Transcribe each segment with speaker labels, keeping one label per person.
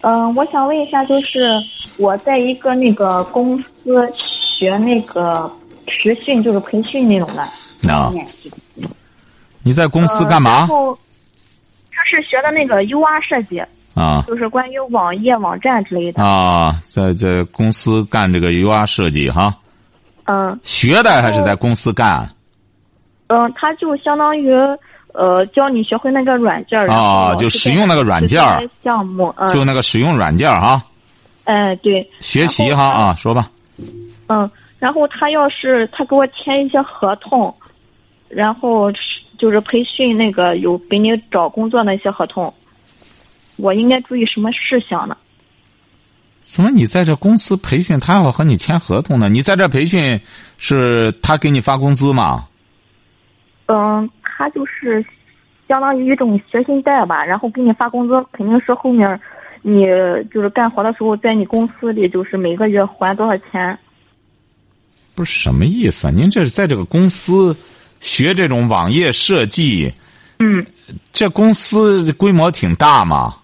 Speaker 1: 嗯，我想问一下，就是我在一个那个公司学那个实训，就是培训那种的。
Speaker 2: 那、啊你呃在公司干
Speaker 1: 呃然
Speaker 2: 嘛？
Speaker 1: 后他是学的那个 UI 设计，
Speaker 2: 啊
Speaker 1: 就是关于网页、网站之类的。
Speaker 2: 啊，在在公司干这个 UI 设计哈，啊
Speaker 1: 嗯
Speaker 2: 学的还是在公司干
Speaker 1: 嗯，他就相当于呃教你学会那个软件儿，然
Speaker 2: 啊？
Speaker 1: 后
Speaker 2: 就
Speaker 1: 去
Speaker 2: 使
Speaker 1: 跟
Speaker 2: 用那个软件儿
Speaker 1: 这些项目，嗯，
Speaker 2: 就那个使用软件儿哈，
Speaker 1: 哎对，
Speaker 2: 学习哈
Speaker 1: 然后
Speaker 2: 啊，说吧
Speaker 1: 嗯，然后他要是他给我签一些合同，然后是就是培训那个有给你找工作那些合同，我应该注意什么事项呢？
Speaker 2: 怎么你在这公司培训，他要和你签合同呢？你在这培训是他给你发工资吗？
Speaker 1: 嗯，他就是相当于一种学信贷吧，然后给你发工资，肯定是后面你就是干活的时候，在你公司里就是每个月还多少钱。
Speaker 2: 不是什么意思啊？您这是在这个公司学这种网页设计，
Speaker 1: 嗯
Speaker 2: 这公司规模挺大嘛？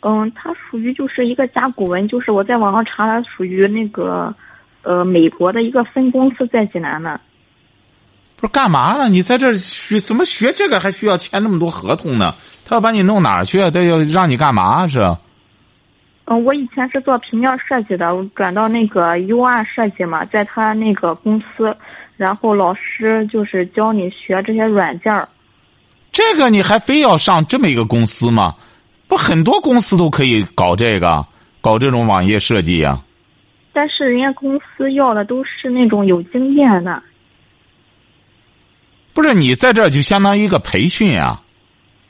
Speaker 1: 嗯，它属于就是一个甲骨文，就是我在网上查，它属于那个呃美国的一个分公司在济南呢。
Speaker 2: 不是干嘛呢？你在这儿学怎么学这个还需要签那么多合同呢？他要把你弄哪儿去？啊他要让你干嘛是？
Speaker 1: 嗯，我以前是做平面设计的，我转到那个 UI 设计嘛，在他那个公司，然后老师就是教你学这些软件儿。
Speaker 2: 这个你还非要上这么一个公司吗？不，很多公司都可以搞这个，搞这种网页设计呀、
Speaker 1: 但是人家公司要的都是那种有经验的，
Speaker 2: 不是你在这儿就相当于一个培训啊，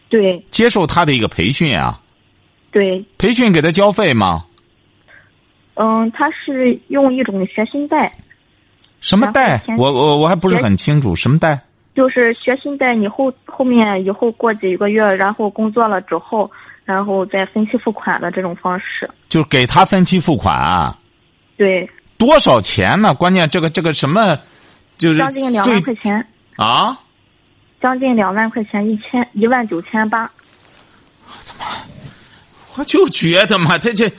Speaker 1: 对
Speaker 2: 接受他的一个培训啊，
Speaker 1: 对，
Speaker 2: 培训给他交费吗？
Speaker 1: 嗯，他是用一种学信贷，
Speaker 2: 什么
Speaker 1: 然
Speaker 2: 贷
Speaker 1: 后前？
Speaker 2: 我我我还不是很清楚什么贷。
Speaker 1: 就是学信贷，你后后面以后过几个月，然后工作了之后，然后再分期付款的这种方式。
Speaker 2: 就给他分期付款、
Speaker 1: 对，
Speaker 2: 多少钱呢？关键这个这个什么，就是
Speaker 1: 将近两
Speaker 2: 呃最
Speaker 1: 万块钱，
Speaker 2: 啊。
Speaker 1: 将近两万块钱，一千一万九千八。
Speaker 2: 我就觉得嘛，他这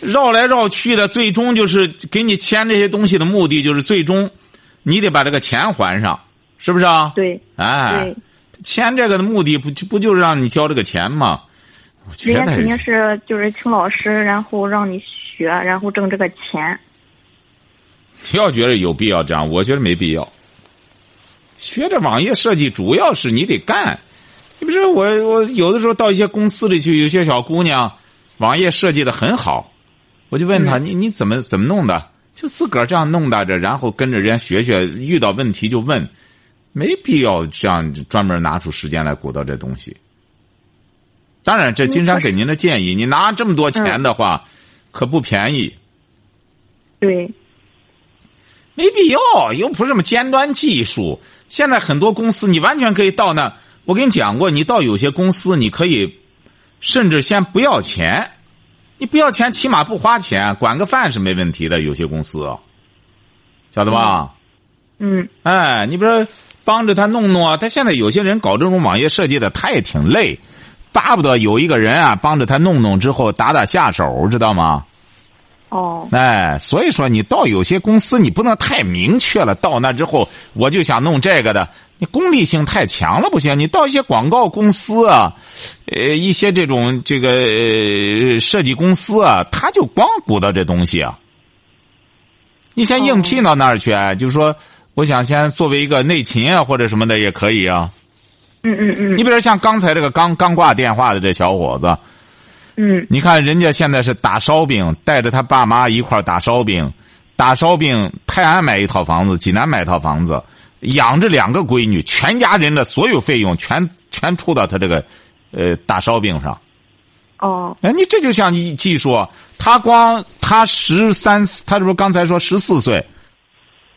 Speaker 2: 绕来绕去的，最终就是给你签这些东西的目的，就是最终你得把这个钱还上，是不是啊？，
Speaker 1: 对
Speaker 2: 哎
Speaker 1: 对，，
Speaker 2: 签这个的目的不就不就是让你交这个钱吗？我觉
Speaker 1: 人家肯定
Speaker 2: 得
Speaker 1: 是就是请老师，然后让你学，然后挣这个钱。
Speaker 2: 要觉得有必要这样，我觉得没必要。学这网页设计，主要是你得干。你比如说我，我有的时候到一些公司里去，有些小姑娘网页设计的很好，我就问她：“你你怎么怎么弄的？”就自个儿这样弄的着，然后跟着人家学学，遇到问题就问，没必要这样专门拿出时间来鼓捣这东西。当然，这金山给您的建议，你拿这么多钱的话，可不便宜。
Speaker 1: 对，
Speaker 2: 没必要，又不是什么尖端技术。现在很多公司，你完全可以到那。我跟你讲过，你到有些公司，你可以甚至先不要钱，你不要钱，起码不花钱，管个饭是没问题的。有些公司，哦晓得吧？
Speaker 1: 嗯，
Speaker 2: 哎，你比如说帮着他弄弄啊，他现在有些人搞这种网页设计的，他也挺累，巴不得有一个人啊帮着他弄弄之后打打下手，知道吗？
Speaker 1: 哦，
Speaker 2: 哎，所以说你到有些公司，你不能太明确了。到那之后，我就想弄这个的，你功利性太强了，不行。你到一些广告公司啊，呃，一些这种这个、呃、设计公司啊，他就光鼓捣这东西啊。你先应聘到那儿去，哎就是说，我想先作为一个内勤啊，或者什么的也可以啊。
Speaker 1: 嗯嗯嗯
Speaker 2: 你比如像刚才这个刚刚挂电话的这小伙子，
Speaker 1: 嗯，
Speaker 2: 你看人家现在是打烧饼，带着他爸妈一块儿打烧饼，打烧饼，泰安买一套房子，济南买一套房子，养着两个闺女，全家人的所有费用全全出到他这个，呃，打烧饼上。
Speaker 1: 哦，
Speaker 2: 哎，你这就像你技术，他光他十三，他是不是刚才说十四岁，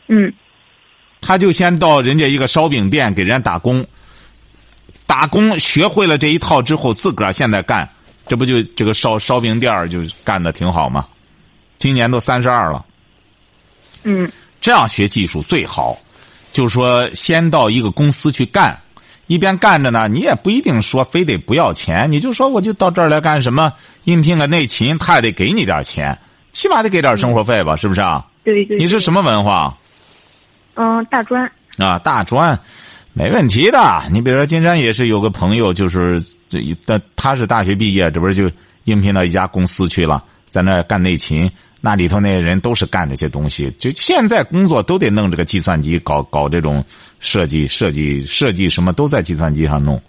Speaker 1: 嗯，
Speaker 2: 他就先到人家一个烧饼店给人家打工，打工学会了这一套之后，自个儿现在干，这不就这个烧烧饼店儿就干的挺好吗？今年都三十二了，
Speaker 1: 嗯，
Speaker 2: 这样学技术最好，就是说先到一个公司去干。一边干着呢，你也不一定说非得不要钱，你就说我就到这儿来干什么？应聘个内勤，他也得给你点钱，起码得给点生活费吧，是不是啊？
Speaker 1: 对对。
Speaker 2: 你是什么文化
Speaker 1: 嗯，大专。
Speaker 2: 啊？大专，没问题的。你比如说，金山也是有个朋友，就是这一，但他是大学毕业，这不是就应聘到一家公司去了，在那儿干内勤，那里头那些人都是干这些东西。就现在工作都得弄这个计算机，搞搞这种设计、设计、设计什么都在计算机上弄。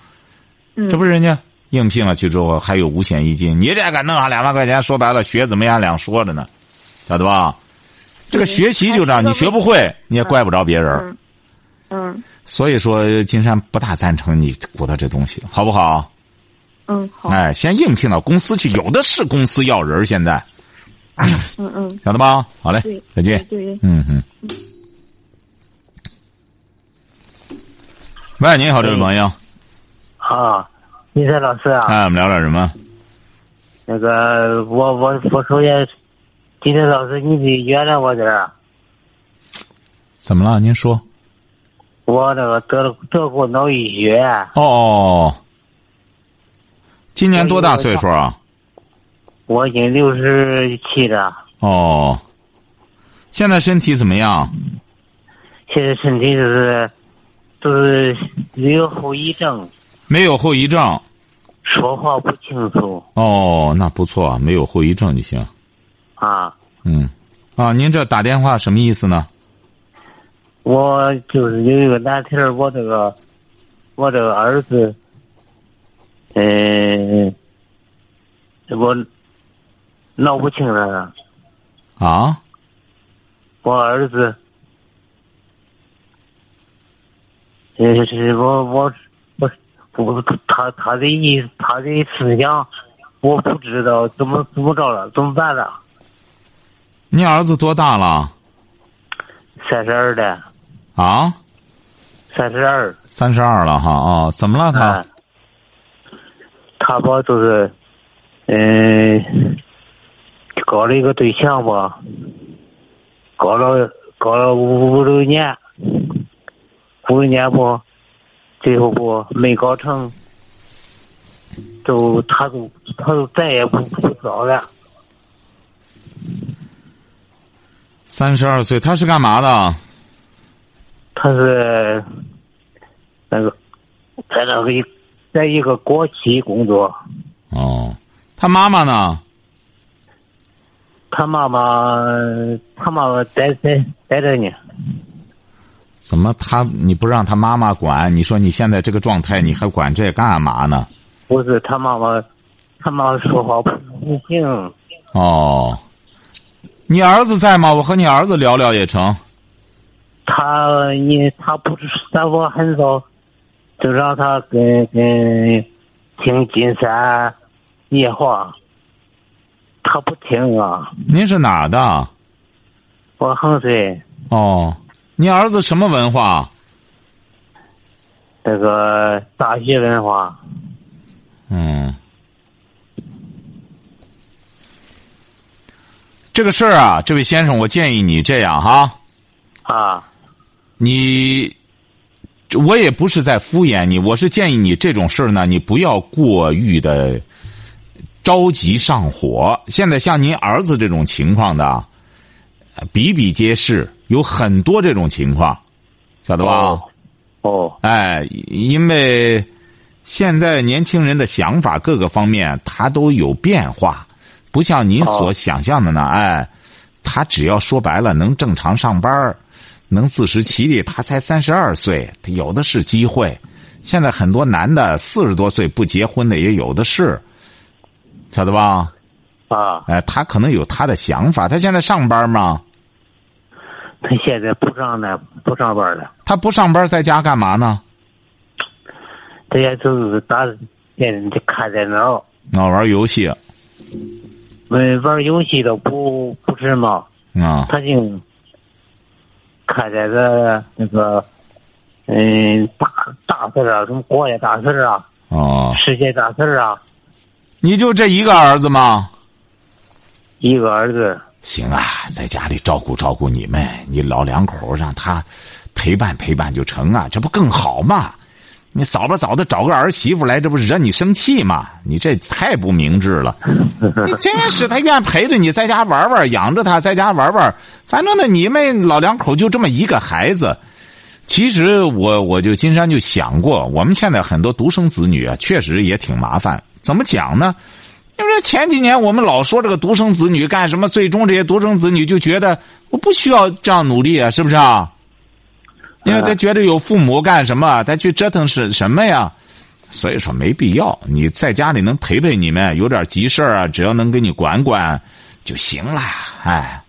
Speaker 1: 嗯
Speaker 2: 这不是人家应聘了去之后还有五险一金，你这敢弄上啊两万块钱，说白了学怎么样两说着呢，晓得吧？这个
Speaker 1: 嗯
Speaker 2: 学习就这样，
Speaker 1: 还是个
Speaker 2: 你学不会你也怪不着别人儿。
Speaker 1: 嗯嗯
Speaker 2: 所以说，金山不大赞成你鼓捣这东西，好不好？
Speaker 1: 嗯，好。
Speaker 2: 哎，先应聘到公司去，有的是公司要人儿，现在
Speaker 1: 嗯嗯，
Speaker 2: 晓得吧？好嘞
Speaker 1: 对，，
Speaker 2: 再见。
Speaker 1: 对对。
Speaker 2: 嗯嗯。喂，你好，这位朋友，
Speaker 3: 啊，金山老师啊，
Speaker 2: 哎，我们聊点什么？
Speaker 3: 那个我我我首先，金山老师，你得原谅我点儿，
Speaker 2: 怎么了？您说。
Speaker 3: 我那个得了得过脑溢血，
Speaker 2: 哦哦，今年多大岁数啊？
Speaker 3: 我已经六十七了，
Speaker 2: 哦，现在身体怎么样？
Speaker 3: 现在身体就是就是有后遗症，
Speaker 2: 没有后遗症。
Speaker 3: 说话不清楚
Speaker 2: 哦，那不错，没有后遗症就行。
Speaker 3: 啊。
Speaker 2: 嗯，啊，您这打电话什么意思呢？
Speaker 3: 我就是有一个难题儿，我这个我这个儿子，嗯、我闹不清了，
Speaker 2: 啊，
Speaker 3: 我儿子，呃，是我我我我他他的意他的思想，我不知道怎么怎么着了，怎么办了？
Speaker 2: 你儿子多大了？
Speaker 3: 三十二的，
Speaker 2: 啊，
Speaker 3: 三十二，
Speaker 2: 三十二了哈啊？怎么了他
Speaker 3: 啊？，他吧就是，嗯、搞了一个对象吧，搞了搞了五五六年，五六年不，最后不没搞成，就他就他就再也不不找了，
Speaker 2: 三十二岁，他是干嘛的？
Speaker 3: 他是那个在那个一在一个国企工作，
Speaker 2: 哦，他妈妈呢？
Speaker 3: 他妈妈他妈妈在在在这呢。
Speaker 2: 怎么他你不让他妈妈管？你说你现在这个状态，你还管这干嘛呢？
Speaker 3: 不是他妈妈，他妈妈说话不啊行。
Speaker 2: 哦，你儿子在吗？我和你儿子聊聊也成。
Speaker 3: 他你他不是，但我很少就让他跟跟听金山夜话，他不听啊。
Speaker 2: 您是哪儿的？
Speaker 3: 我衡水
Speaker 2: 哦，你儿子什么文化？
Speaker 3: 那个大学文化，
Speaker 2: 嗯，这个事儿啊，这位先生，我建议你这样哈，
Speaker 3: 啊
Speaker 2: 你，我也不是在敷衍你，我是建议你这种事儿呢，你不要过于的着急上火。现在像您儿子这种情况的，呃比比皆是，有很多这种情况，晓得吧？
Speaker 3: 哦
Speaker 2: 哎，因为现在年轻人的想法各个方面他都有变化，不像您所
Speaker 3: 哦
Speaker 2: 想象的那哎，他只要说白了能正常上班儿能自食其力，他才三十二岁，他有的是机会。现在很多男的四十多岁不结婚的也有的是，晓得吧？
Speaker 3: 啊，
Speaker 2: 哎，他可能有他的想法。他现在上班吗？
Speaker 3: 他现在不上呢，不上班了，
Speaker 2: 他不上班，在家干嘛呢？
Speaker 3: 这些就是打现在看电脑
Speaker 2: 啊，玩游戏啊
Speaker 3: 嗯，玩游戏的不不是嘛，
Speaker 2: 啊
Speaker 3: 他净看这个那个，嗯，大大事儿啊，什么国家大事儿啊，
Speaker 2: 哦，
Speaker 3: 世界大事儿啊，
Speaker 2: 你就这一个儿子吗？
Speaker 3: 一个儿子，
Speaker 2: 行啊，在家里照顾照顾你们，你老两口让他陪伴陪伴就成啊，这不更好吗？你早吧早的找个儿媳妇来，这不是惹你生气吗？你这太不明智了。你真是他愿陪着你在家玩玩，养着他在家玩玩。反正呢，你们老两口就这么一个孩子。其实我我就金山就想过，我们现在很多独生子女啊，确实也挺麻烦。怎么讲呢？因为前几年我们老说这个独生子女干什么，最终这些独生子女就觉得我不需要这样努力啊，是不是啊？因为他觉得有父母干什么，他去折腾是什么呀？所以说没必要，你在家里能陪陪你们，有点急事儿啊，只要能给你管管就行了，哎，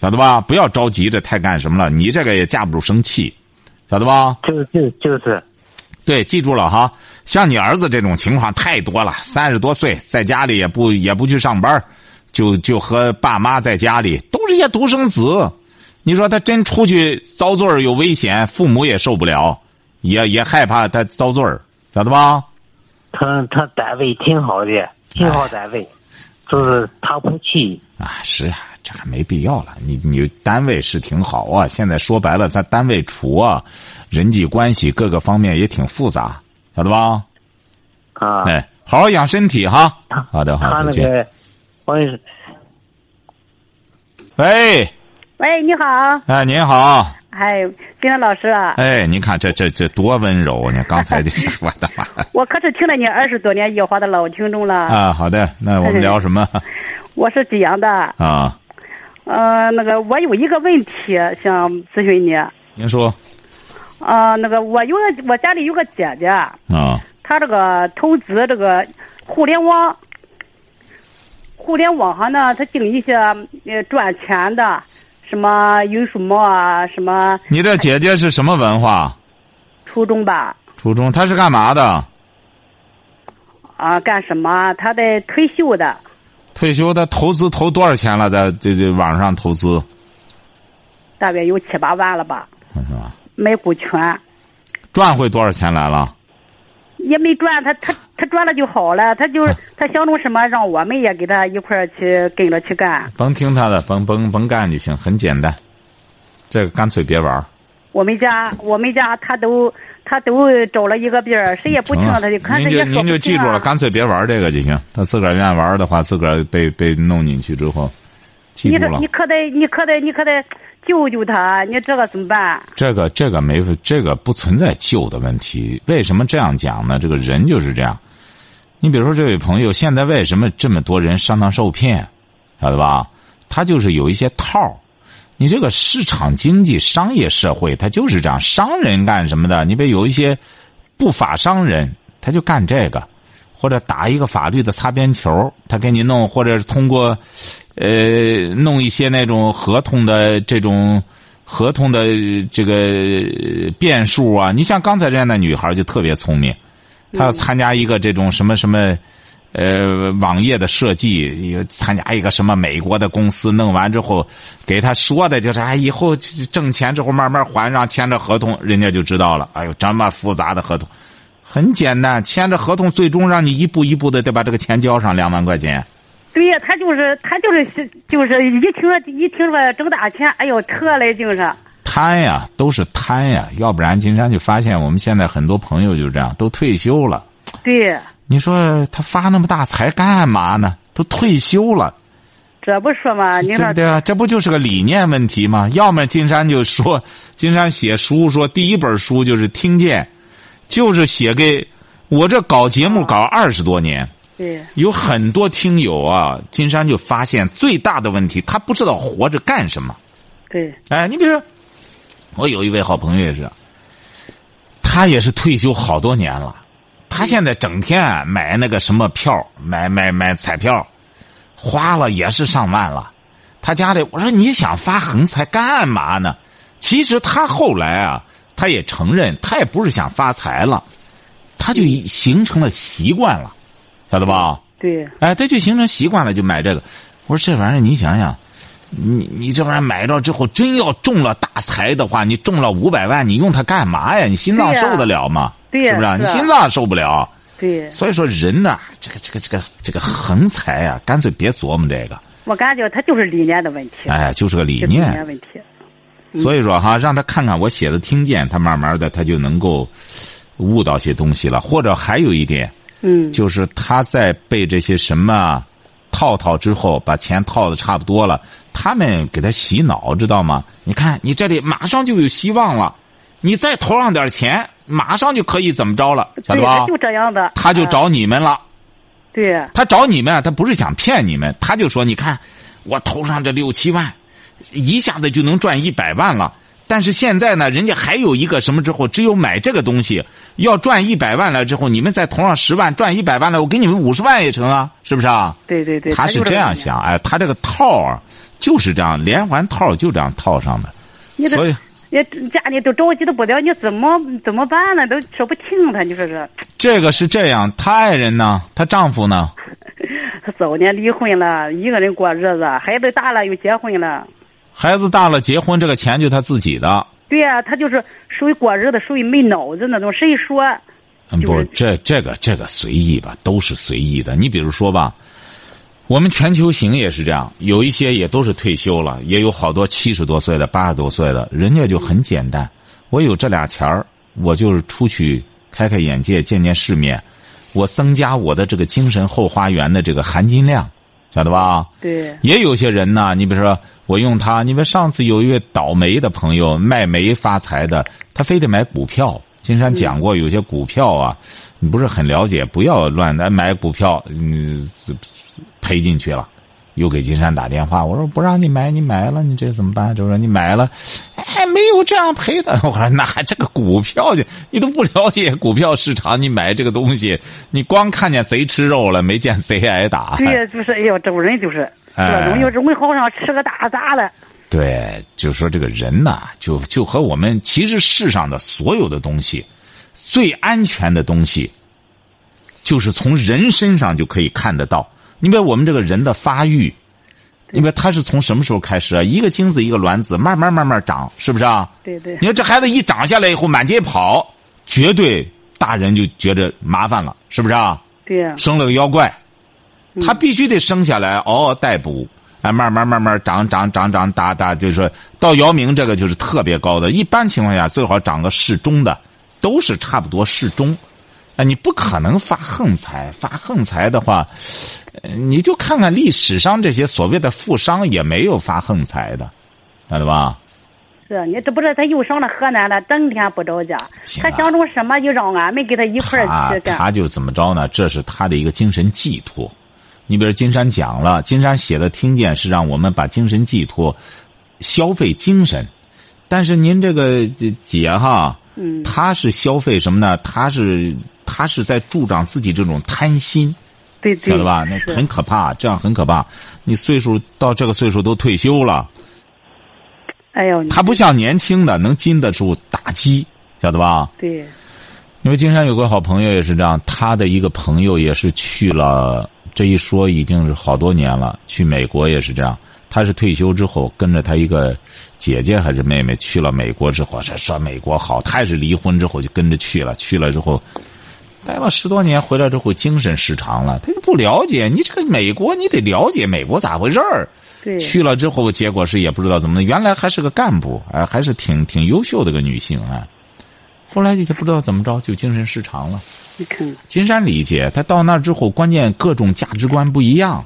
Speaker 2: 晓得吧？不要着急着太干什么了，你这个也架不住生气，晓得吧？
Speaker 3: 就就就是，
Speaker 2: 对，记住了哈。像你儿子这种情况太多了，三十多岁，在家里也不也不去上班，就就和爸妈在家里，都是些独生子。你说他真出去遭罪儿有危险，父母也受不了，也也害怕他遭罪儿，晓得吧？
Speaker 3: 他他单位挺好的，挺
Speaker 2: 哎
Speaker 3: 好单位，就是他不去，
Speaker 2: 啊，是啊，这个没必要了。你你单位是挺好啊，现在说白了，在单位处啊，人际关系各个方面也挺复杂，晓得吧？
Speaker 3: 啊，
Speaker 2: 哎，好好养身体哈。好的，好，
Speaker 3: 他
Speaker 2: 再
Speaker 3: 那
Speaker 2: 见。
Speaker 3: 个，我也是
Speaker 2: 喂。
Speaker 4: 喂，你好，
Speaker 2: 哎，您好，
Speaker 4: 哎，金山老师啊，
Speaker 2: 哎，您看这这这多温柔呢！刚才这我的 妈
Speaker 4: 我可是听了你二十多年夜话的老听众了。
Speaker 2: 啊！好的，那我们聊什 么
Speaker 4: 我是济阳的，
Speaker 2: 啊？
Speaker 4: 呃，那个我有一个问题想咨询你，
Speaker 2: 您说
Speaker 4: 呃，那个我有个我家里有个姐姐，
Speaker 2: 啊
Speaker 4: 她这个投资这个互联网，互联网上呢，她净一些呃赚钱的，什么运输猫啊，什么
Speaker 2: 你这姐姐是什么文化？
Speaker 4: 初中吧，
Speaker 2: 初中她是干嘛的？
Speaker 4: 啊、干什么？她得退休的。
Speaker 2: 退休她投资投多少钱了？在这这网上投资
Speaker 4: 大约有七八万了吧，
Speaker 2: 是吧？
Speaker 4: 买股权
Speaker 2: 赚回多少钱来了？
Speaker 4: 也没赚，他他他赚了就好
Speaker 2: 啊
Speaker 4: 了，他就是他相中什么，让我们也给他一块儿去跟着去干，
Speaker 2: 甭听她的，甭甭甭干就行，很简单。这个干脆别玩儿
Speaker 4: 我们家我们家他都他都找了一个遍儿，谁也不
Speaker 2: 成
Speaker 4: 听
Speaker 2: 了
Speaker 4: 他的，看
Speaker 2: 啊您
Speaker 4: 谁
Speaker 2: 就
Speaker 4: 也说
Speaker 2: 您
Speaker 4: 不
Speaker 2: 就记
Speaker 4: 听
Speaker 2: 住了，
Speaker 4: 啊。
Speaker 2: 干脆别玩儿这个就行。她自个儿愿意玩儿的话，自个儿被被弄进去之后，记
Speaker 4: 你
Speaker 2: 住
Speaker 4: 这
Speaker 2: 了
Speaker 4: 你。可得你可得你可得救救他，你这个怎么办？
Speaker 2: 这个这个没这个不存在旧的问题。为什么这样讲呢？这个人就是这样。你比如说这位朋友，现在为什么这么多人上当受骗，晓得吧？他就是有一些套儿你这个市场经济、商业社会，它就是这样。商人干什么的？你比如有一些不法商人，他就干这个，或者打一个法律的擦边球，他给你弄，或者是通过呃弄一些那种合同的这种合同的呃这个呃变数啊。你像刚才这样的女孩就特别聪明，她要参加一个这种什么什么。呃，网页的设计，也参加一个什么美国的公司，弄完之后，给他说的就是，哎，以后挣钱之后慢慢还，让签着合同，人家就知道了。哎呦，这么复杂的合同，很简单，签着合同，最终让你一步一步的得把这个钱交上两万块钱。
Speaker 4: 对呀，他就是他就是就是一听一听说挣大钱，哎呦，特嘞就是。
Speaker 2: 贪呀，啊都是贪呀，要不然金山就发现我们现在很多朋友就这样，都退休了。
Speaker 4: 对，
Speaker 2: 你说他发那么大财干嘛呢？都退休了。
Speaker 4: 这不说嘛，你
Speaker 2: 对
Speaker 4: 说
Speaker 2: 不对啊？这不就是个理念问题吗？要么金山就说， 金山写书说第一本书就是《听见》，就是写给我这搞节
Speaker 4: 哦
Speaker 2: 目搞二十多年，
Speaker 4: 对。
Speaker 2: 有很多听友啊，金山就发现最大的问题，他不知道活着干什么。
Speaker 4: 对
Speaker 2: 哎，你比如说，我有一位好朋友也是，他也是退休好多年了，他现在整天啊买那个什么票，买买买彩票，花了也是上万了。他家里我说你想发横财干嘛呢？其实他后来啊，他也承认，他也不是想发财了，他就已形成了习惯了，晓晓得吧？
Speaker 4: 对，
Speaker 2: 哎，他就形成习惯了，就买这个。我说这玩意儿，你想想，你你这玩意儿买着之后，真要中了大财的话，你中了五百万，你用它干嘛呀？你心脏
Speaker 4: 对呀
Speaker 2: 受得了吗？
Speaker 4: 对呀
Speaker 2: 是不是啊？
Speaker 4: 是
Speaker 2: 你
Speaker 4: 啊
Speaker 2: 心脏受不了。
Speaker 4: 对，
Speaker 2: 所以说，人呐，这个这个这个这个横财啊，干脆别琢磨这个。
Speaker 4: 我感觉他就是理念的问题，
Speaker 2: 哎，就是个理
Speaker 4: 就是理
Speaker 2: 念。
Speaker 4: 念问嗯题。
Speaker 2: 所以说哈，让他看看我写的听见，他慢慢的他就能够悟到些东西了。或者还有一点，
Speaker 4: 嗯，
Speaker 2: 就是他在被这些什么套套之后，把钱套的差不多了，他们给他洗脑，知道吗？你看，你这里马上就有希望了，你再投上点钱，马上就可以怎么着了，晓
Speaker 4: 对，
Speaker 2: 得吧
Speaker 4: 他？就这样的，
Speaker 2: 啊他就
Speaker 4: 啊
Speaker 2: 找你们了。
Speaker 4: 对
Speaker 2: 他找你们，他不是想骗你们，他就说：“你看，我投上这六七万，一下子就能赚一百万了。但是现在呢，人家还有一个什么之后，只有买这个东西，要赚一百万了之后，你们再投上十万，赚一百万了，我给你们五十万也成啊，是不是啊？”
Speaker 4: 对对对，
Speaker 2: 他
Speaker 4: 就是
Speaker 2: 这样
Speaker 4: 理念，
Speaker 2: 想，哎，他这个套儿就是这样，连环套儿就这样套上的，
Speaker 4: 你
Speaker 2: 所
Speaker 4: 这
Speaker 2: 以
Speaker 4: 也家里都着急的不得，你怎么怎么办呢？都说不清他，你说这
Speaker 2: 这个是这样。她爱人呢，她丈夫呢，
Speaker 4: 他早年离婚了，一个人过日子，孩子大了又结婚了。
Speaker 2: 孩子大了，结婚这个钱就她自己的，
Speaker 4: 对呀、他就是属于过日子，属于没脑子那种。谁说？
Speaker 2: 嗯，
Speaker 4: 就
Speaker 2: 不
Speaker 4: 是，
Speaker 2: 这这个这个随意吧，都是随意的。你比如说吧，我们全球行也是这样，有一些也都是退休了，也有好多七十多岁的、八十多岁的，人家就很简单，我有这俩钱儿，我就是出去开开眼界，见见世面，我增加我的这个精神后花园的这个含金量，晓得吧？
Speaker 4: 对
Speaker 2: 也有些人呢，你比如说我用他，你们上次有一位倒霉的朋友卖煤发财的，他非得买股票。金山讲过，有些股票啊，你不是很了解，不要乱来买股票，嗯，赔进去了。又给金山打电话，我说不让你买，你买了，你这怎么办？就说你买了，哎，没有这样赔的。 我说那这个股票就你都不了解股票市场，你买这个东西，你光看见贼吃肉了，没见贼挨打。
Speaker 4: 对呀，就是哎呦，这种人就是
Speaker 2: 哎
Speaker 4: 这种，要容易好上吃个大闸的。
Speaker 2: 对，就说这个人呐、就就和我们其实世上的所有的东西，最安全的东西，就是从人身上就可以看得到。你比如我们这个人的发育，你比如他是从什么时候开始啊？一个精子一个卵子，慢慢慢慢长，是不是啊？
Speaker 4: 对对
Speaker 2: 你说这孩子一长下来以后满街跑，绝对大人就觉着麻烦了，是不是啊？
Speaker 4: 对呀，
Speaker 2: 生了个妖怪，他必须得生下来嗷嗷待哺，哎，慢慢慢慢长长长长打打，就是说到姚明这个就是特别高的，一般情况下最好长个适中的，都是差不多适中。啊，你不可能发横财，发横财的话，呃你就看看历史上这些所谓的富商也没有发横财的，晓得吧？
Speaker 4: 是啊你这不是他又上了河南了，整天不着家。
Speaker 2: 行
Speaker 4: 他
Speaker 2: 了
Speaker 4: 想中什么就让俺们给他一块儿
Speaker 2: 他
Speaker 4: 去干。
Speaker 2: 他就怎么着呢？这是他的一个精神寄托。你比如金山讲了，金山写的《听见》是让我们把精神寄托、消费精神，但是您这个这姐哈，
Speaker 4: 嗯
Speaker 2: 她是消费什么呢？她是她是在助长自己这种贪心。
Speaker 4: 对对，
Speaker 2: 晓得吧？那
Speaker 4: 是
Speaker 2: 很可怕，这样很可怕。你岁数到这个岁数都退休了，
Speaker 4: 哎呦，你
Speaker 2: 他不像年轻的能经得住打击，晓得吧？
Speaker 4: 对
Speaker 2: 因为金山有个好朋友也是这样，他的一个朋友也是去了，这一说已经是好多年了，去美国也是这样。他是退休之后跟着他一个姐姐还是妹妹去了美国之后，说说美国好，他也是离婚之后就跟着去了，去了之后。待了十多年，回来之后精神失常了，他就不了解你这个美国，你得了解美国咋回事儿。
Speaker 4: 对
Speaker 2: 去了之后，结果是也不知道怎么的，原来还是个干部，哎，还是挺挺优秀的个女性啊。后来就不知道怎么着，就精神失常了。
Speaker 4: 你看
Speaker 2: 金山理解，他到那之后，关键各种价值观不一样，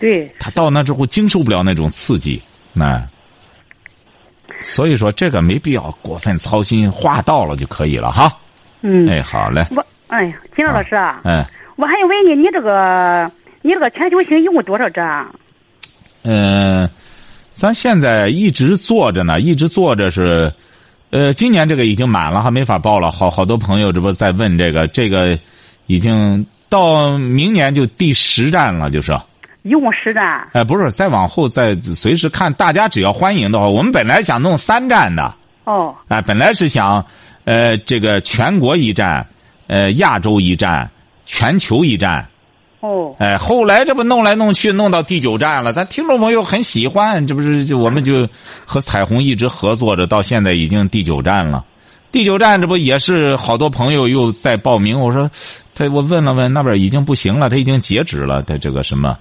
Speaker 4: 对
Speaker 2: 他到那之后经受不了那种刺激，那、所以说这个没必要过分操心，话到了就可以了哈。
Speaker 4: 嗯，
Speaker 2: 哎，好嘞，
Speaker 4: 我哎呀，金老师啊，
Speaker 2: 嗯
Speaker 4: 我还问你，你这个你这个全球行一共多少张？
Speaker 2: 嗯、呃咱现在一直坐着呢，一直坐着是，呃，今年这个已经满了，还没法报了。好好多朋友这不在问这个，这个已经到明年就第十站了，就是。
Speaker 4: 一共十张。
Speaker 2: 哎，不是，再往后再随时看，大家只要欢迎的话，我们本来想弄三站的，
Speaker 4: 哦，
Speaker 2: 哎，本来是想，呃，这个全国一站，呃，亚洲一站，全球一站，
Speaker 4: 哦，
Speaker 2: 哎，后来这不弄来弄去，弄到第九站了。咱听众朋友很喜欢，这不是就我们就和彩虹一直合作着，到现在已经第九站了。第九站这不也是好多朋友又在报名？我说，他我问了问那边已经不行了，他已经截止了。他这个什么，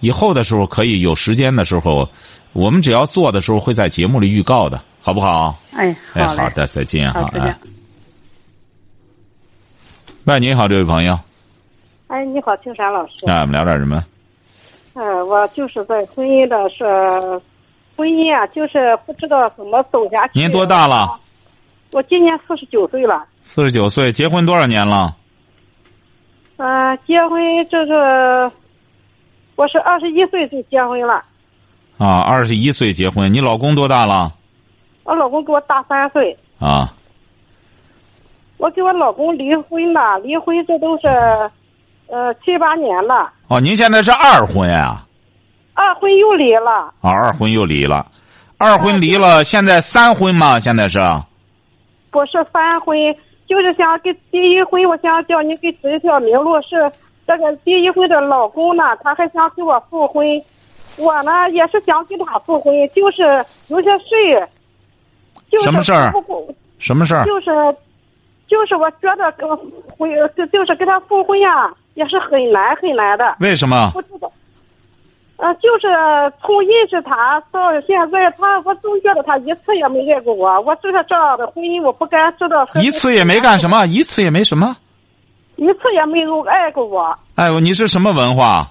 Speaker 2: 以后的时候可以有时间的时候，我们只要做的时候会在节目里预告的，好不好？
Speaker 4: 哎，
Speaker 2: 哎，
Speaker 4: 好嘞
Speaker 2: 好的，再见
Speaker 4: 好
Speaker 2: 哈。
Speaker 4: 再见
Speaker 2: 哎，喂，你好，这位朋友，啊
Speaker 5: 哎，你好，青山老师。
Speaker 2: 那我们聊点什么？
Speaker 5: 嗯，我就是在婚姻的是，婚姻啊，就是不知道怎么走下去。啊
Speaker 2: 您多大了？
Speaker 5: 我今年四十九岁了。
Speaker 2: 四十九岁，结婚多少年了？
Speaker 5: 嗯、结婚就是，我是二十一岁就结婚了，
Speaker 2: 啊，二十一岁结婚。你老公多大了？
Speaker 5: 我老公比我大三岁。
Speaker 2: 啊，
Speaker 5: 我跟我老公离婚了，离婚这都是，呃，七八年了，
Speaker 2: 哦，您现在是二婚呀、
Speaker 5: 二婚又离了。
Speaker 2: 啊？二婚又离了，二婚离了，现在三婚吗？现在是？
Speaker 5: 不是三婚，就是想给第一婚，我想叫你给指一条明路。是这个第一婚的老公呢，他还想给我复婚，我呢也是想给他复婚，就是有些事，就是
Speaker 2: 什么事儿啊
Speaker 5: 不顾
Speaker 2: 什么事儿？
Speaker 5: 就是就是我觉得跟婚就是跟他复婚呀、也是很难很难的，
Speaker 2: 为什么？
Speaker 5: 不知道。呃，就是从认识他到现在，他我总觉得他一次也没爱过我。我就是这样的婚姻，我不敢知道。
Speaker 2: 一次也没干什么，一次也没什么。
Speaker 5: 一次也没有爱过我。
Speaker 2: 哎呦，你是什么文化？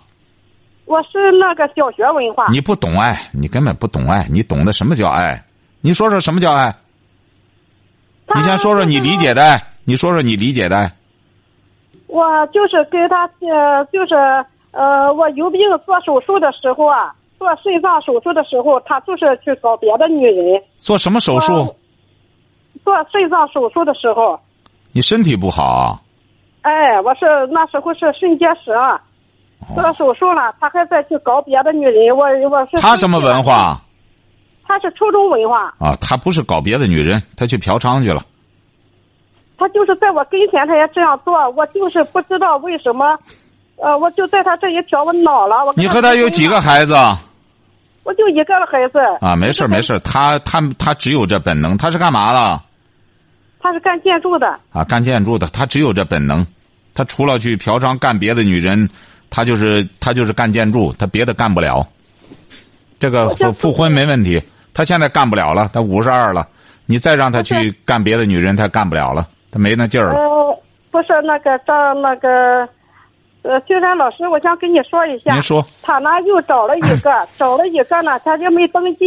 Speaker 5: 我是那个小学文化，
Speaker 2: 你不懂爱，你根本不懂爱，你懂得什么叫爱？你说说什么叫爱？
Speaker 5: 他
Speaker 2: 你先说说你理解的爱，你说说你理解的爱。
Speaker 5: 我就是跟他呃，就是呃，我有病做手术的时候啊，做肾脏手术的时候，他就是去搞别的女人。
Speaker 2: 做什么手术
Speaker 5: 我？做肾脏手术的时候，
Speaker 2: 你身体不好
Speaker 5: 哎，我是那时候是肾结石啊，
Speaker 2: 哦
Speaker 5: 做了手术了，他还再去搞别的女人。我我是
Speaker 2: 啊？他什么文？化？
Speaker 5: 他是初中文化，
Speaker 2: 啊，他不是搞别的女人，他去嫖娼去了。
Speaker 5: 他就是在我跟前，他也这样做，我就是不知道为什么，呃，我就在他这一条，我恼了。我跟
Speaker 2: 你和他有几个？孩子啊？
Speaker 5: 我就一个孩子。
Speaker 2: 啊，没事儿没事儿，他他他只有这本能，他是干嘛的？
Speaker 5: 他是干建筑的，
Speaker 2: 啊，干建筑的，他只有这本能，他除了去嫖娼干别的女人，他就是他就是干建筑，他别的干不了。这个
Speaker 5: 我
Speaker 2: 复
Speaker 5: 想
Speaker 2: 复婚没问题，他现在干不了了，他五十二了，你再让他去干别的女人，他干不了了，他没那劲儿了。
Speaker 5: 呃，不是那个张那个，呃，青山老师，我想跟你说一下。
Speaker 2: 您说
Speaker 5: 他呢又找了 一个，找了一个呢，他就没登记，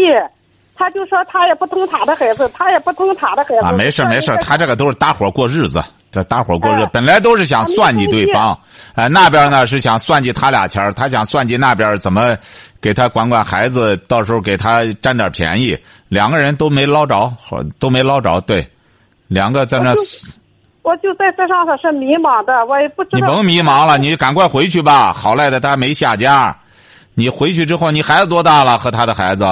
Speaker 5: 他就说他也不疼他的孩子，他也不疼他的孩子。
Speaker 2: 啊，没事儿没事儿，他这个都是搭伙过日子，这搭伙过日子
Speaker 5: 哎
Speaker 2: 本来都是想算计对方，哎，那边呢是想算计他俩钱儿，他想算计那边怎么给他管管孩子，到时候给他占点便宜，两个人都没捞着，好都没捞着，对，两个在那
Speaker 5: 我，就我就在这上头是迷茫的，我也不知
Speaker 2: 你
Speaker 5: 道。
Speaker 2: 甭迷茫了，你赶快回去吧，好赖的他没下家，你回去之后，你孩子多大了？和他的孩子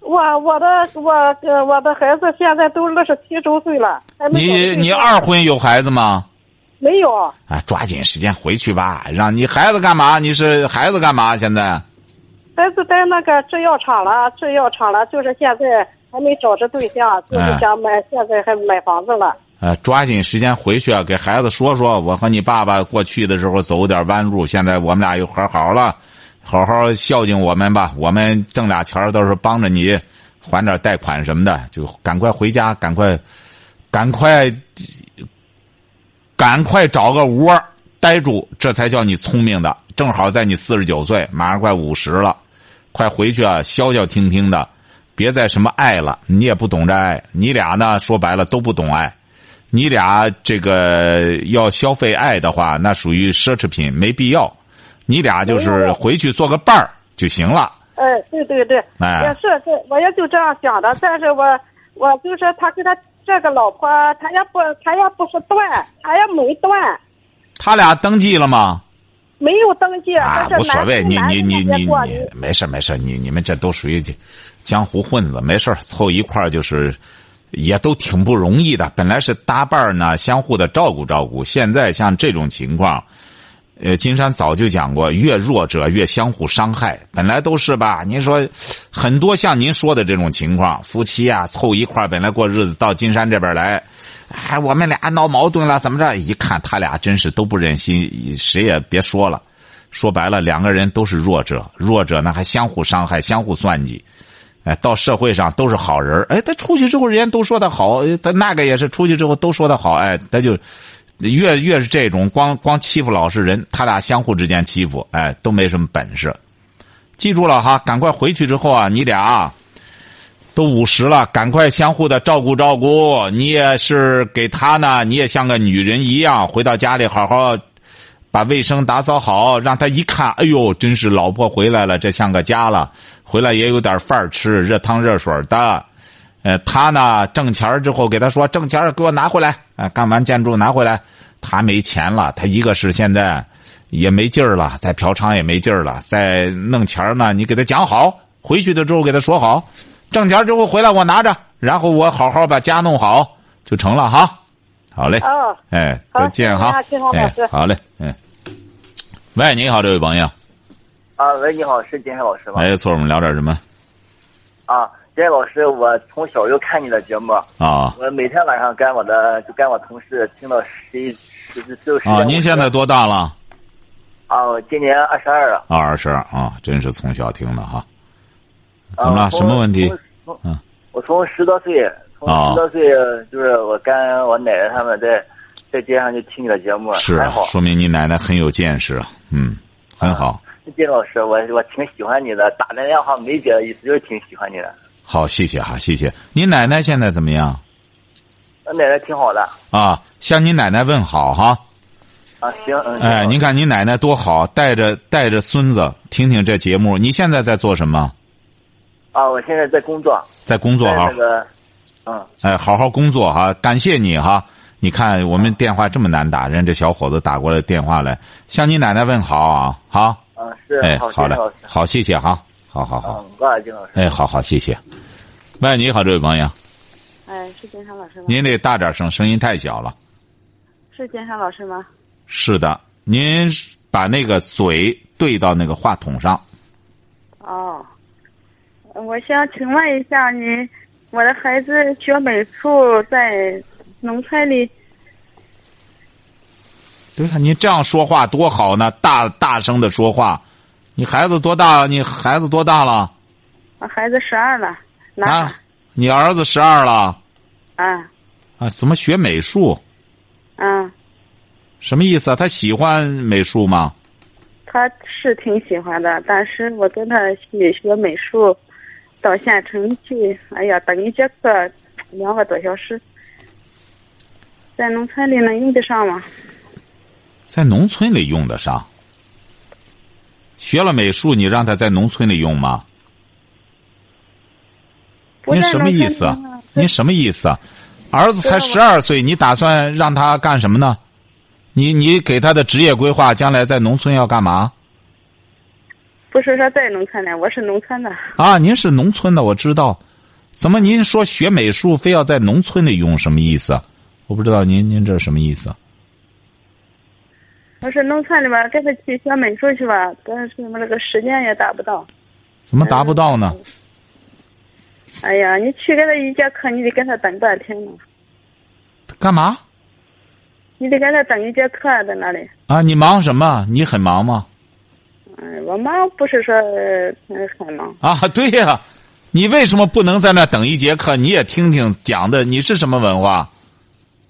Speaker 5: 我我的我呃我的孩子现在都二十七周岁了，还没有
Speaker 2: 你
Speaker 5: 对
Speaker 2: 你
Speaker 5: 象
Speaker 2: 二婚有孩子吗？
Speaker 5: 没有？
Speaker 2: 啊，抓紧时间回去吧，让你孩子干嘛？你是孩子干嘛？现在
Speaker 5: 孩子在那个制药厂了，制药厂了，就是现在还没找着对象，
Speaker 2: 哎
Speaker 5: 就是想买，现在还买房子了。
Speaker 2: 呃，抓紧时间回去啊，给孩子说说，我和你爸爸过去的时候走点弯路，现在我们俩又和好了，好好孝敬我们吧。我们挣俩钱儿到时候帮着你还点贷款什么的，就赶快回家，赶快，赶快，赶快找个窝儿待住，这才叫你聪明的。正好在你四十九岁，马上快五十了，快回去啊，消消停停的，别再什么爱了，你也不懂这爱，你俩呢说白了都不懂爱。你俩这个要消费爱的话，那属于奢侈品，没必要。你俩就是回去做个伴儿就行了。
Speaker 5: 哎，对对对，
Speaker 2: 哎
Speaker 5: 也是这，我也就这样想的。但是我我就是他跟他这个老婆，他也不他也不是断，他也没断，
Speaker 2: 他俩登记了吗？
Speaker 5: 没有登记。
Speaker 2: 啊，
Speaker 5: 但
Speaker 2: 无
Speaker 5: 是
Speaker 2: 所
Speaker 5: 男
Speaker 2: 谓，你
Speaker 5: 男
Speaker 2: 你
Speaker 5: 人
Speaker 2: 你
Speaker 5: 家
Speaker 2: 你
Speaker 5: 过
Speaker 2: 你，没事儿没事儿，你你们这都属于江湖混子，没事儿凑一块儿就是，也都挺不容易的。本来是搭伴儿呢，相互的照顾照顾，现在像这种情况，呃，金山早就讲过，越弱者越相互伤害，本来都是吧。您说，很多像您说的这种情况，夫妻啊凑一块儿本来过日子，到金山这边来，哎，我们俩闹矛盾了，怎么着？一看他俩真是都不忍心，谁也别说了。说白了，两个人都是弱者，弱者呢还相互伤害、相互算计。哎，到社会上都是好人哎，他出去之后，人家都说他好，哎他那个也是出去之后都说他好，哎，他就。越越是这种光光欺负老实人，他俩相互之间欺负，哎，都没什么本事。记住了哈，赶快回去之后啊，你俩、啊、都五十了，赶快相互的照顾照顾。你也是给他呢，你也像个女人一样，回到家里好好把卫生打扫好，让他一看，哎呦，真是老婆回来了，这像个家了。回来也有点饭吃，热汤热水的。呃，他呢挣钱之后，给他说挣钱给我拿回来，啊、呃，干完建筑拿回来。他没钱了，他一个是现在也没劲儿了，在嫖娼也没劲儿了，在弄钱呢。你给他讲好，回去的之后给他说好，挣钱之后回来我拿着，然后我好好把家弄好就成了哈。好嘞，
Speaker 5: 哦，
Speaker 2: 哎，
Speaker 5: 好
Speaker 2: 再见哈
Speaker 5: 谢谢啊金，
Speaker 2: 哎
Speaker 5: 老师，
Speaker 2: 好嘞，嗯。喂，你好，这位朋友，
Speaker 6: 啊，喂，你好，是金海老师吗？
Speaker 2: 哎，错，我们聊点什么
Speaker 6: 啊，金海老师，我从小就看你的节目，
Speaker 2: 啊？
Speaker 6: 我每天晚上跟我的就跟我同事听到十一十就十
Speaker 2: 啊，您现在多大了？
Speaker 6: 啊，我今年二十二了。
Speaker 2: 二十啊，真是从小听的哈。
Speaker 6: 啊
Speaker 2: 怎么了
Speaker 6: 我从
Speaker 2: 什么问题？
Speaker 6: 从
Speaker 2: 嗯
Speaker 6: 我从十多岁，从
Speaker 2: 啊
Speaker 6: 十多岁就是我跟我奶奶他们在在街上就听你的节目，
Speaker 2: 是
Speaker 6: 还
Speaker 2: 啊
Speaker 6: 好，。啊
Speaker 2: 说明你奶奶很有见识啊，嗯，很好，
Speaker 6: 金老师，我我挺喜欢你的，打那电话梅姐的意思就是挺喜欢你的，
Speaker 2: 好，谢谢哈，谢谢。您奶奶现在怎么样
Speaker 6: 我奶奶挺好的
Speaker 2: 啊？向您奶奶问好哈。
Speaker 6: 啊。行，嗯。
Speaker 2: 哎，
Speaker 6: 行
Speaker 2: 您看您奶奶多好，带着带着孙子听听这节目。你现在在做什么？
Speaker 6: 啊，我现在在工作，
Speaker 2: 在工作
Speaker 6: 在
Speaker 2: 哈
Speaker 6: 那，个，嗯。
Speaker 2: 哎，好好工作哈，感谢你哈。你看我们电话这么难打，人这小伙子打过来电话来，向您奶奶问好啊，好，
Speaker 6: 啊，是，
Speaker 2: 哎，
Speaker 6: 好，
Speaker 2: 好
Speaker 6: 金
Speaker 2: 嘞
Speaker 6: 老师，，
Speaker 2: 好，谢谢哈，好好好，
Speaker 6: 嗯，挂了，金老师。
Speaker 2: 哎，好好，谢谢。喂，你好，这位朋友，
Speaker 7: 哎，是金山老师吗？
Speaker 2: 您得大点声，声音太小了。
Speaker 7: 是金山老师吗？
Speaker 2: 是的，您把那个嘴对到那个话筒上。
Speaker 7: 哦，
Speaker 5: 我想请问一下您，我的孩子学美术，在农村里，
Speaker 2: 对呀，您这样说话多好呢，大大声的说话。你孩子多大？你孩子多大了？
Speaker 5: 我孩子十二了，男
Speaker 2: 啊，你儿子十二了
Speaker 5: 啊，
Speaker 2: 啊？什么学美术？
Speaker 5: 嗯，
Speaker 2: 什么意思啊？他喜欢美术吗？
Speaker 5: 他是挺喜欢的，但是我跟他一起学美术，到县城去，哎呀，等一节课两个多小时，在农村里能用得上吗？
Speaker 2: 在农村里用得上。学了美术，你让他在农村里用吗？
Speaker 5: 不
Speaker 2: 您
Speaker 5: 在
Speaker 2: 什么
Speaker 5: 农村
Speaker 2: 意思啊
Speaker 5: 里呢？
Speaker 2: 您什么意思啊？儿子才
Speaker 5: 对
Speaker 2: 十二岁，你打算让他干什么呢？你你给他的职业规划，将来在农村要干嘛
Speaker 5: 不是说在农村里，我是农村的，
Speaker 2: 啊？您是农村的，我知道。怎么您说学美术非要在农村里用？什么意思啊？我不知道您您这是什么意思啊？
Speaker 5: 我是农村里边跟他去学美术去吧，但是我这个时间也达不到。
Speaker 2: 怎么达不到
Speaker 5: 嗯
Speaker 2: 呢？
Speaker 5: 哎呀，你去给他一节课，你得跟他等半天呢，
Speaker 2: 干嘛
Speaker 5: 你得跟他等一节课在那里。
Speaker 2: 啊？你忙什么？你很忙吗？
Speaker 5: 嗯，我忙不是说呃很忙，
Speaker 2: 啊， 对呀、你为什么不能在那等一节课？你也听听讲的，你是什么文化？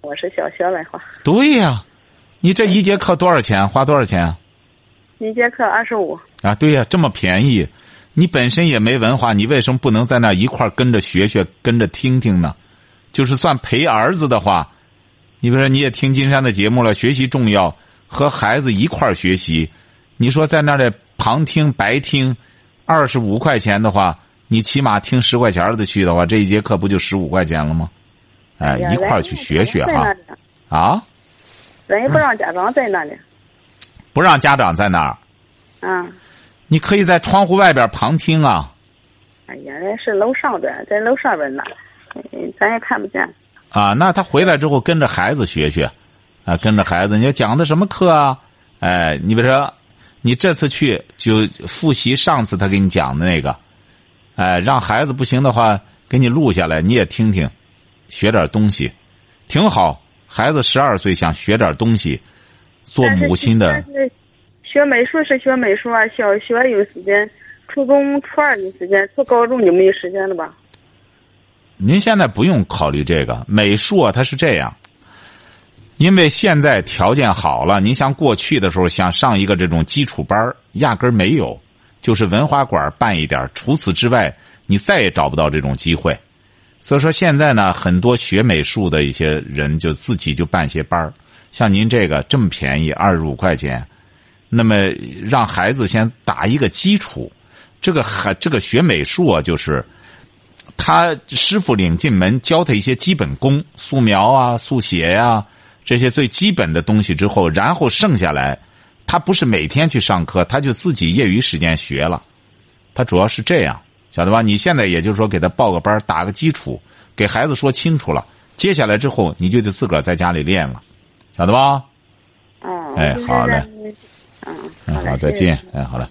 Speaker 5: 我是小学文化，
Speaker 2: 对呀、你这一节课多少钱？花多少钱啊？
Speaker 5: 一节课二十五。
Speaker 2: 啊，对呀、这么便宜，你本身也没文化，你为什么不能在那一块儿跟着学学、跟着听听呢？就是算陪儿子的话，你比如说你也听金山的节目了，学习重要，和孩子一块儿学习。你说在那儿的旁听白听，二十五块钱的话，你起码听十块钱儿的去的话，这一节课不就十五块钱了吗？哎，
Speaker 5: 呀
Speaker 2: 一块儿去学学哈，
Speaker 5: 人家不让假装
Speaker 2: 啊！
Speaker 5: 在那里人也不让假装在那里。
Speaker 2: 不让家长在那儿，
Speaker 5: 嗯，
Speaker 2: 你可以在窗户外边儿旁听啊。
Speaker 5: 哎呀，人家是楼上边，在楼上边呢，嗯咱也看不见。
Speaker 2: 啊，那他回来之后跟着孩子学学，啊，跟着孩子，你要讲的什么课啊？哎，你比如说，你这次去就复习上次他给你讲的那个，哎，让孩子不行的话，给你录下来，你也听听，学点东西，挺好。孩子十二岁想学点东西，做母亲的。
Speaker 7: 但是学美术是学美术啊，小学有时间，初中、初二有时间，初高中就没有时间了吧？
Speaker 2: 您现在不用考虑这个美术啊，它是这样，因为现在条件好了，您像过去的时候想上一个这种基础班儿压根儿没有，就是文化馆办一点儿，除此之外，你再也找不到这种机会。所以说现在呢，很多学美术的一些人就自己就办些班儿，像您这个这么便宜，二十五块钱，那么让孩子先打一个基础，这个还这个学美术啊，就是。他师傅领进门，教他一些基本功，素描啊、速写呀、这些最基本的东西之后，然后剩下来，他不是每天去上课，他就自己业余时间学了。他主要是这样，晓得吧？你现在也就是说给他报个班儿，打个基础，给孩子说清楚了，接下来之后你就得自个儿在家里练了，晓得吧？
Speaker 7: 嗯。
Speaker 2: 哎
Speaker 7: 就是
Speaker 2: 好嘞
Speaker 7: 让你。嗯，
Speaker 2: 嗯，
Speaker 7: 嘞
Speaker 2: 好，再
Speaker 7: 谢谢
Speaker 2: 见。哎，好了。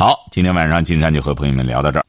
Speaker 2: 好，今天晚上金山就和朋友们聊到这儿。